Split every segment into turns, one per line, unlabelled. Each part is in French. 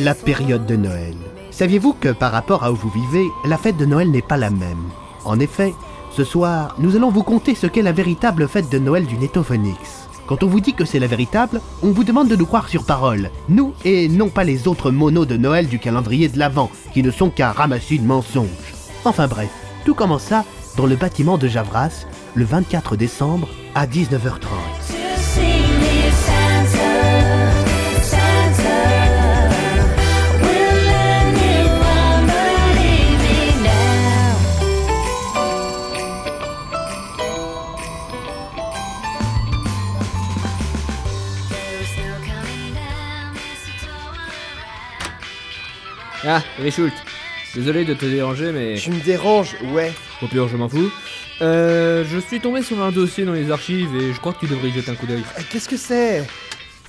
la période de Noël. Saviez-vous que par rapport à où vous vivez, la fête de Noël n'est pas la même En effet, ce soir, nous allons vous conter ce qu'est la véritable fête de Noël du Netophonix. Quand on vous dit que c'est la véritable, on vous demande de nous croire sur parole, nous et non pas les autres monos de Noël du calendrier de l'Avent, qui ne sont qu'un ramassis de mensonges. Enfin bref, tout commença dans le bâtiment de Javras, le 24 décembre, à 19h30.
To see me, Santa, Santa, will anyone believe me now? There is no coming down, mistletoe all
Ah,
around.
Richult, désolé de te déranger, mais.
Tu me déranges, ouais.
Au pire, je m'en fous. Euh, je suis tombé sur un dossier dans les archives et je crois que tu devrais y jeter un coup d'œil.
Euh, Qu'est-ce que c'est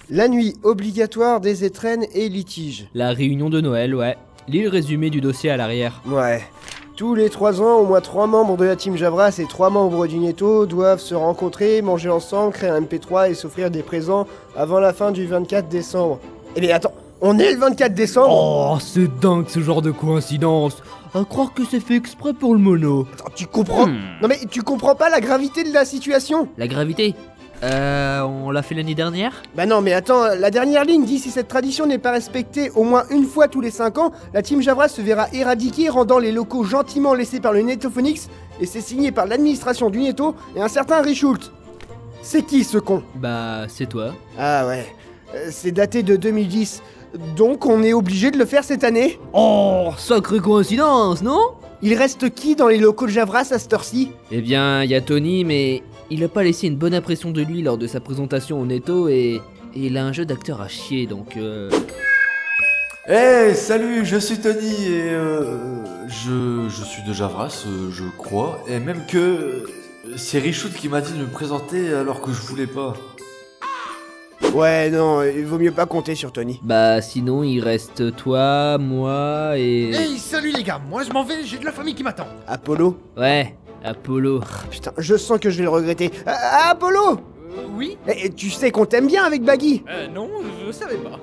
La nuit obligatoire des étrennes et litiges.
La réunion de Noël, ouais. Lis le résumé du dossier à l'arrière.
Ouais. Tous les trois ans, au moins trois membres de la team Javras et trois membres du Netto doivent se rencontrer, manger ensemble, créer un MP3 et s'offrir des présents avant la fin du 24 décembre. Eh bien attends, on est le 24 décembre
Oh, c'est dingue ce genre de coïncidence À croire que c'est fait exprès pour le mono
Attends, Tu comprends Non mais tu comprends pas la gravité de la situation
La gravité Euh. On l'a fait l'année dernière
Bah non mais attends, la dernière ligne dit si cette tradition n'est pas respectée au moins une fois tous les 5 ans, la team Javras se verra éradiquée rendant les locaux gentiment laissés par le Netophonix et c'est signé par l'administration du Netto et un certain Richult. C'est qui ce con
Bah, c'est toi.
Ah ouais, Euh, c'est daté de 2010, donc on est obligé de le faire cette année
Oh, sacrée coïncidence, non
Il reste qui dans les locaux de Javras à cette heure-ci
Eh bien, il y a Tony, mais il a pas laissé une bonne impression de lui lors de sa présentation au Netto et. et il a un jeu d'acteur à chier donc. euh,
Hey, Eh, salut, je suis Tony et euh, je, je suis de Javras, euh, je crois, et même que euh, c'est Richoud qui m'a dit de me présenter alors que je voulais pas.
Ouais non, euh, il vaut mieux pas compter sur Tony.
Bah, sinon, il reste toi, moi et.
Hey, salut les gars, moi je m'en vais, j'ai de la famille qui m'attend.
Apollo
Ouais, Apollo.
Ah, Putain, je sens que je vais le regretter. Ah, Apollo
Euh, oui
Eh, Tu sais qu'on t'aime bien avec Baggy
Euh, non, je savais pas.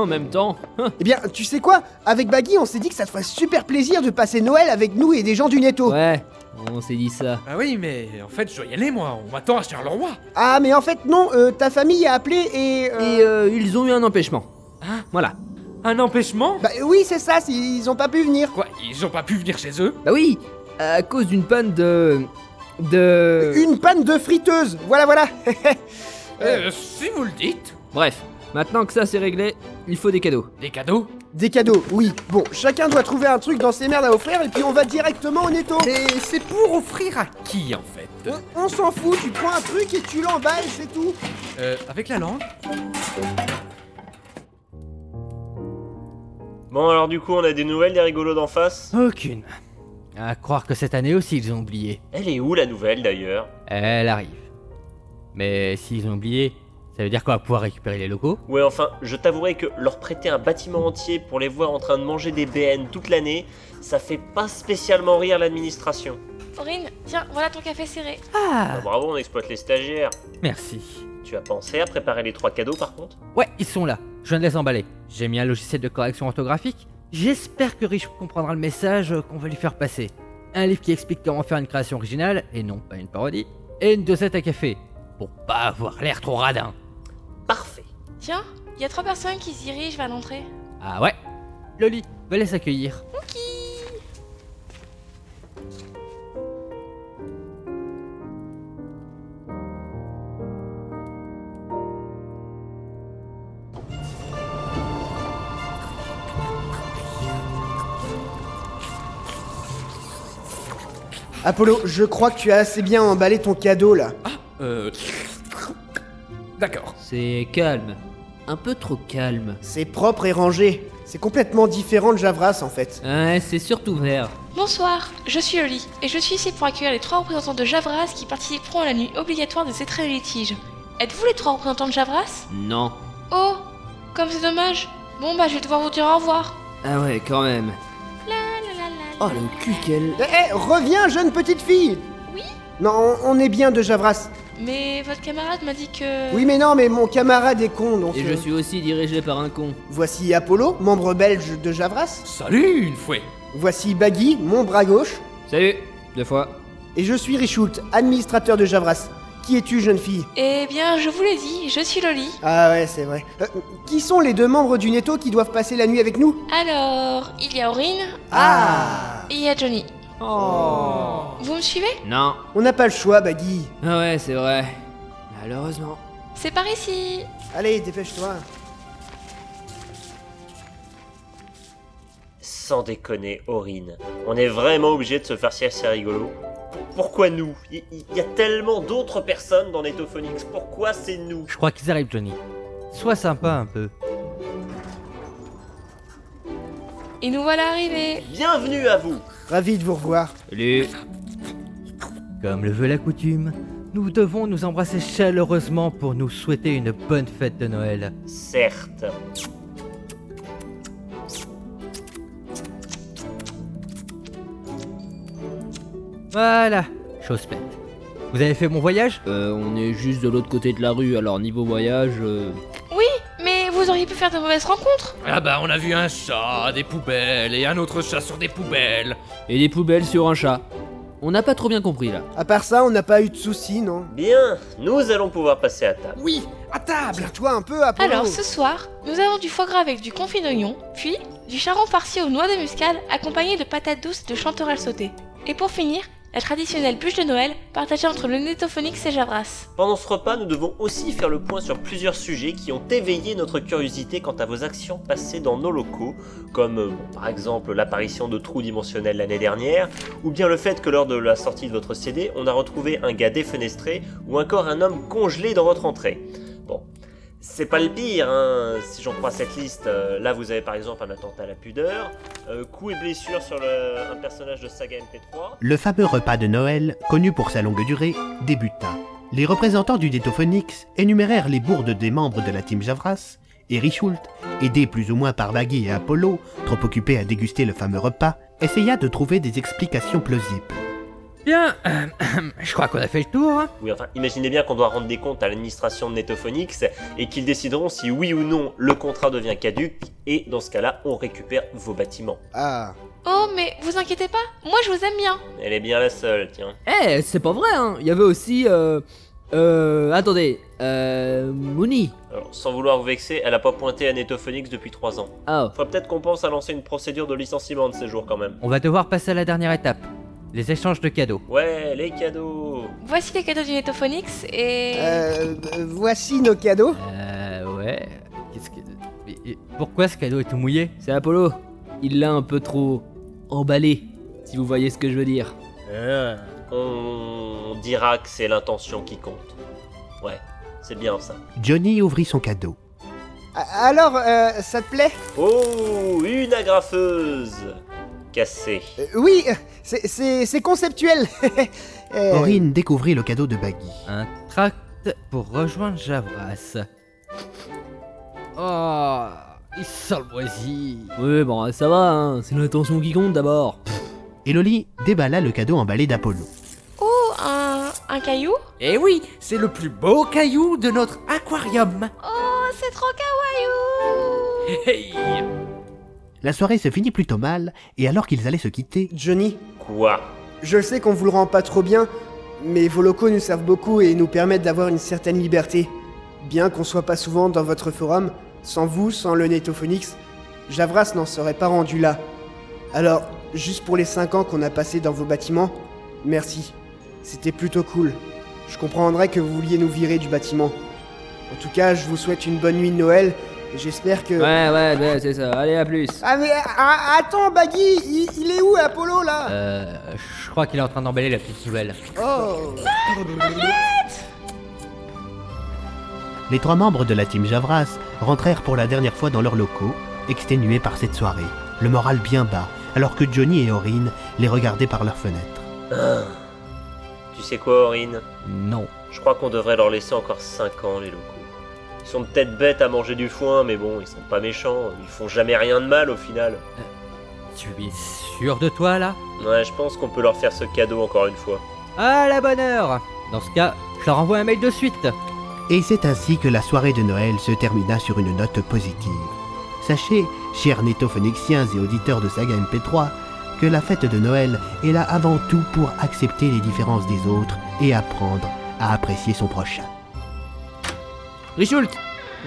En même temps.
Eh bien, tu sais quoi Avec Baggy, on s'est dit que ça te ferait super plaisir de passer Noël avec nous et des gens du
Oh.
Netto.
Ouais, on s'est dit ça.
Ah oui, mais en fait, je dois y aller, moi, on m'attend à Charleroi.
Ah, mais en fait, non, euh, ta famille a appelé et... euh,
Et euh, ils ont eu un empêchement.
Hein
Voilà.
Un empêchement
Bah oui, c'est ça, c'est- ils ont pas pu venir.
Quoi, ils ont pas pu venir chez eux
Bah oui, à cause d'une panne de. de.
Une panne de friteuse Voilà, voilà
Euh, si vous le dites.
Bref, maintenant que ça c'est réglé, il faut des cadeaux.
Des cadeaux
Des cadeaux, oui. Bon, chacun doit trouver un truc dans ses merdes à offrir et puis on va directement au Netto.
Mais c'est pour offrir à qui, en fait
On, on s'en fout, tu prends un truc et tu l'emballes, c'est tout.
Euh, avec la langue
Bon, alors du coup, on a des nouvelles des rigolos d'en face
Aucune. À croire que cette année aussi ils ont oublié.
Elle est où la nouvelle d'ailleurs
Elle arrive. Mais s'ils ont oublié, ça veut dire qu'on va pouvoir récupérer les locaux
Ouais, enfin, je t'avouerai que leur prêter un bâtiment entier pour les voir en train de manger des BN toute l'année, ça fait pas spécialement rire l'administration.
Aurine, tiens, voilà ton café serré.
Ah
Ah, bravo, on exploite les stagiaires.
Merci.
Tu as pensé à préparer les trois cadeaux par contre
Ouais, ils sont là. Je viens de les emballer. J'ai mis un logiciel de correction orthographique. J'espère que Rich comprendra le message euh, qu'on veut lui faire passer. Un livre qui explique comment faire une création originale, et non pas une parodie. Et une dosette à café. Pour pas avoir l'air trop radin.
Parfait.
Tiens, il y a trois personnes qui se dirigent vers l'entrée.
Ah ouais Loli, va les accueillir.
Apollo, je crois que tu as assez bien emballé ton cadeau là.
Euh... D'accord.
C'est calme. Un peu trop calme.
C'est propre et rangé. C'est complètement différent de Javras en fait.
Ouais, c'est surtout vert.
Bonsoir, je suis Oli, et je suis ici pour accueillir les trois représentants de Javras qui participeront à la nuit obligatoire des étraits et litiges. Êtes-vous les trois représentants de Javras
Non.
Oh, comme c'est dommage. Bon bah je vais devoir vous dire au revoir.
Ah ouais, quand même.
La, la, la, la.
Oh le cul qu'elle.
Eh, eh, reviens, jeune petite fille
Oui
Non, on on est bien de Javras.
Mais votre camarade m'a dit que.
Oui, mais non, mais mon camarade est con, donc.
Et je
euh,
suis aussi dirigé par un con.
Voici Apollo, membre belge de Javras.
Salut, une fouet
Voici Baggy, mon bras gauche.
Salut Deux fois.
Et je suis Richoult, administrateur de Javras. Qui es-tu, jeune fille
Eh bien, je vous l'ai dit, je suis Loli.
Ah ouais, c'est vrai. Euh, qui sont les deux membres du Netto qui doivent passer la nuit avec nous
Alors, il y a Aurine
Ah
et il y a Johnny.
Oh.
Vous me suivez
Non.
On n'a pas le choix, Baggy.
Ah ouais, c'est vrai. Malheureusement.
C'est par ici.
Allez, dépêche-toi.
Sans déconner, Aurine. On est vraiment obligé de se faire si assez rigolo. Pourquoi nous Il il y, a tellement d'autres personnes dans Netophonix. Pourquoi c'est nous
Je crois qu'ils arrivent, Johnny. Sois sympa un peu.
Et nous voilà arrivés.
Bienvenue à vous
Ravi de vous revoir.
Salut
Comme le veut la coutume, nous devons nous embrasser chaleureusement pour nous souhaiter une bonne fête de Noël.
Certes.
Voilà, chose faite. Vous avez fait mon voyage
Euh, on est juste de l'autre côté de la rue, alors niveau voyage. euh,
Mais vous auriez pu faire de mauvaises rencontres.
Ah bah, on a vu un chat, des poubelles, et un autre chat sur des poubelles.
Et des poubelles sur un chat. On n'a pas trop bien compris là.
À part ça, on n'a pas eu de soucis, non
Bien, nous allons pouvoir passer à table.
Oui, à table
Tire-toi un peu, Apollo.
Alors ce soir, nous avons du foie gras avec du confit d'oignon, puis du charron farci aux noix de muscade accompagné de patates douces et de chanterelles sautées. Et pour finir, la traditionnelle bûche de Noël partagée entre le Netophonix et Javras.
Pendant ce repas, nous devons aussi faire le point sur plusieurs sujets qui ont éveillé notre curiosité quant à vos actions passées dans nos locaux, comme euh, bon, par exemple l'apparition de trous dimensionnels l'année dernière, ou bien le fait que lors de la sortie de votre CD, on a retrouvé un gars défenestré ou encore un homme congelé dans votre entrée. Bon. C'est pas le pire, hein, si j'en crois cette liste. euh, là, vous avez par exemple un attentat à la pudeur, euh, coups et blessures sur le- un personnage de saga MP3,
Le fameux repas de Noël, connu pour sa longue durée, débuta. Les représentants du Détophonix énumérèrent les bourdes des membres de la team Javras, et Richoult, aidé plus ou moins par Baggy et Apollo, trop occupés à déguster le fameux repas, essaya de trouver des explications plausibles.
Bien, euh, je crois qu'on a fait le tour. hein.
Oui, enfin, imaginez bien qu'on doit rendre des comptes à l'administration de Netophonix et qu'ils décideront si oui ou non le contrat devient caduc et dans ce cas-là, on récupère vos bâtiments.
Ah.
Oh mais vous inquiétez pas, moi je vous aime bien.
Elle est bien la seule, tiens.
Eh, c'est pas vrai, hein Il y avait aussi. Euh. euh, attendez. Euh. Mooney.
Alors, sans vouloir vous vexer, elle a pas pointé à Netophonix depuis 3 ans.
Ah,
Faudrait peut-être qu'on pense à lancer une procédure de licenciement de ces jours quand même.
On va devoir passer à la dernière étape. Les échanges de cadeaux.
Ouais, les cadeaux
Voici les cadeaux du Netophonix et...
Euh, euh, voici nos cadeaux.
Euh, ouais. Qu'est-ce que. Mais- et Pourquoi ce cadeau est tout mouillé
c'est Apollo. Il l'a un peu trop. emballé, si vous voyez ce que je veux dire.
On dira que c'est l'intention qui compte. Ouais, c'est bien ça.
Johnny ouvrit son cadeau.
A- Alors, euh, ça te plaît
Oh, une agrafeuse Cassée.
Euh, Oui, euh, c'est- c'est c'est conceptuel. Euh,
Aurine découvrit le cadeau de Baggy.
Un tract pour rejoindre Javras. Oh, il sent le moisi.
Oui, bon, ça va, hein C'est l'intention qui compte d'abord.
Eloli déballa le cadeau emballé d'Apollo.
Oh, un... un caillou
Eh oui, c'est le plus beau caillou de notre aquarium
Oh, c'est trop kawaii
Hey
La soirée se finit plutôt mal, et alors qu'ils allaient se quitter,
Johnny,
Quoi
je sais qu'on vous le rend pas trop bien, mais vos locaux nous servent beaucoup et nous permettent d'avoir une certaine liberté. Bien qu'on soit pas souvent dans votre forum, sans vous, sans le Netophonix, Javras n'en serait pas rendu là. Alors, juste pour les 5 ans qu'on a passé dans vos bâtiments, merci. C'était plutôt cool. Je comprendrais que vous vouliez nous virer du bâtiment. En tout cas, je vous souhaite une bonne nuit de Noël et j'espère que...
Ouais, ouais, ouais, c'est ça. Allez, à plus.
Ah mais ah, attends Baggy, il, il est où Apollo là
Euh, je crois qu'il est en train d'emballer la petite nouvelle.
Euh.
Oh
les trois membres de la team Javras rentrèrent pour la dernière fois dans leurs locaux, exténués par cette soirée, le moral bien bas, alors que Johnny et Aurine les regardaient par leur fenêtre.
Tu sais quoi, Aurine
Non.
Je crois qu'on devrait leur laisser encore 5 ans, les locaux. Ils sont peut-être bêtes à manger du foin, mais bon, ils sont pas méchants, ils font jamais rien de mal au final.
Tu es sûr de toi là
Ouais, je pense qu'on peut leur faire ce cadeau encore une fois.
Ah la bonne heure Dans ce cas, Je leur envoie un mail de suite.
Et c'est ainsi que la soirée de Noël se termina sur une note positive. Sachez, chers nétophonixiens et auditeurs de Saga MP3, que la fête de Noël est là avant tout pour accepter les différences des autres et apprendre à apprécier son prochain.
Richoult,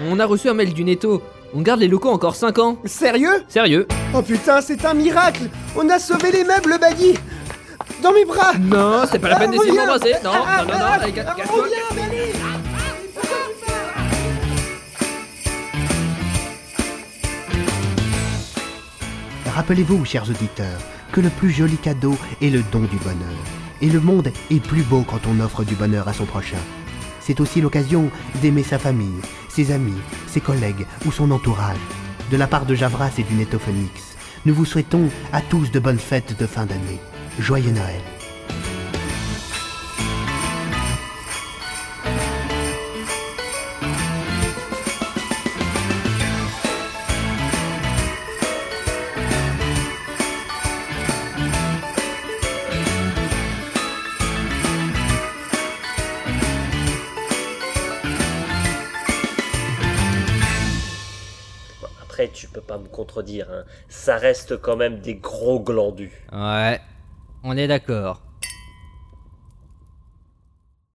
on a reçu un mail du Netto. On garde les locaux encore 5 ans.
Sérieux
Sérieux
Oh putain, c'est un miracle On a sauvé les meubles, Baggy Dans mes bras Ah,
Non, c'est pas la peine d'essayer de m'embrasser. Non, non, non, non, allez, casse- casse-toi.
Reviens, Baggy
Rappelez-vous, chers auditeurs, que le plus joli cadeau est le don du bonheur. Et le monde est plus beau quand on offre du bonheur à son prochain. C'est aussi l'occasion d'aimer sa famille, ses amis, ses collègues ou son entourage. De la part de Javras et du Netophonix, nous vous souhaitons à tous de bonnes fêtes de fin d'année. Joyeux Noël.
Bon, Après, tu peux pas me contredire, hein. ça reste quand même des gros glandus.
Ouais, on est d'accord.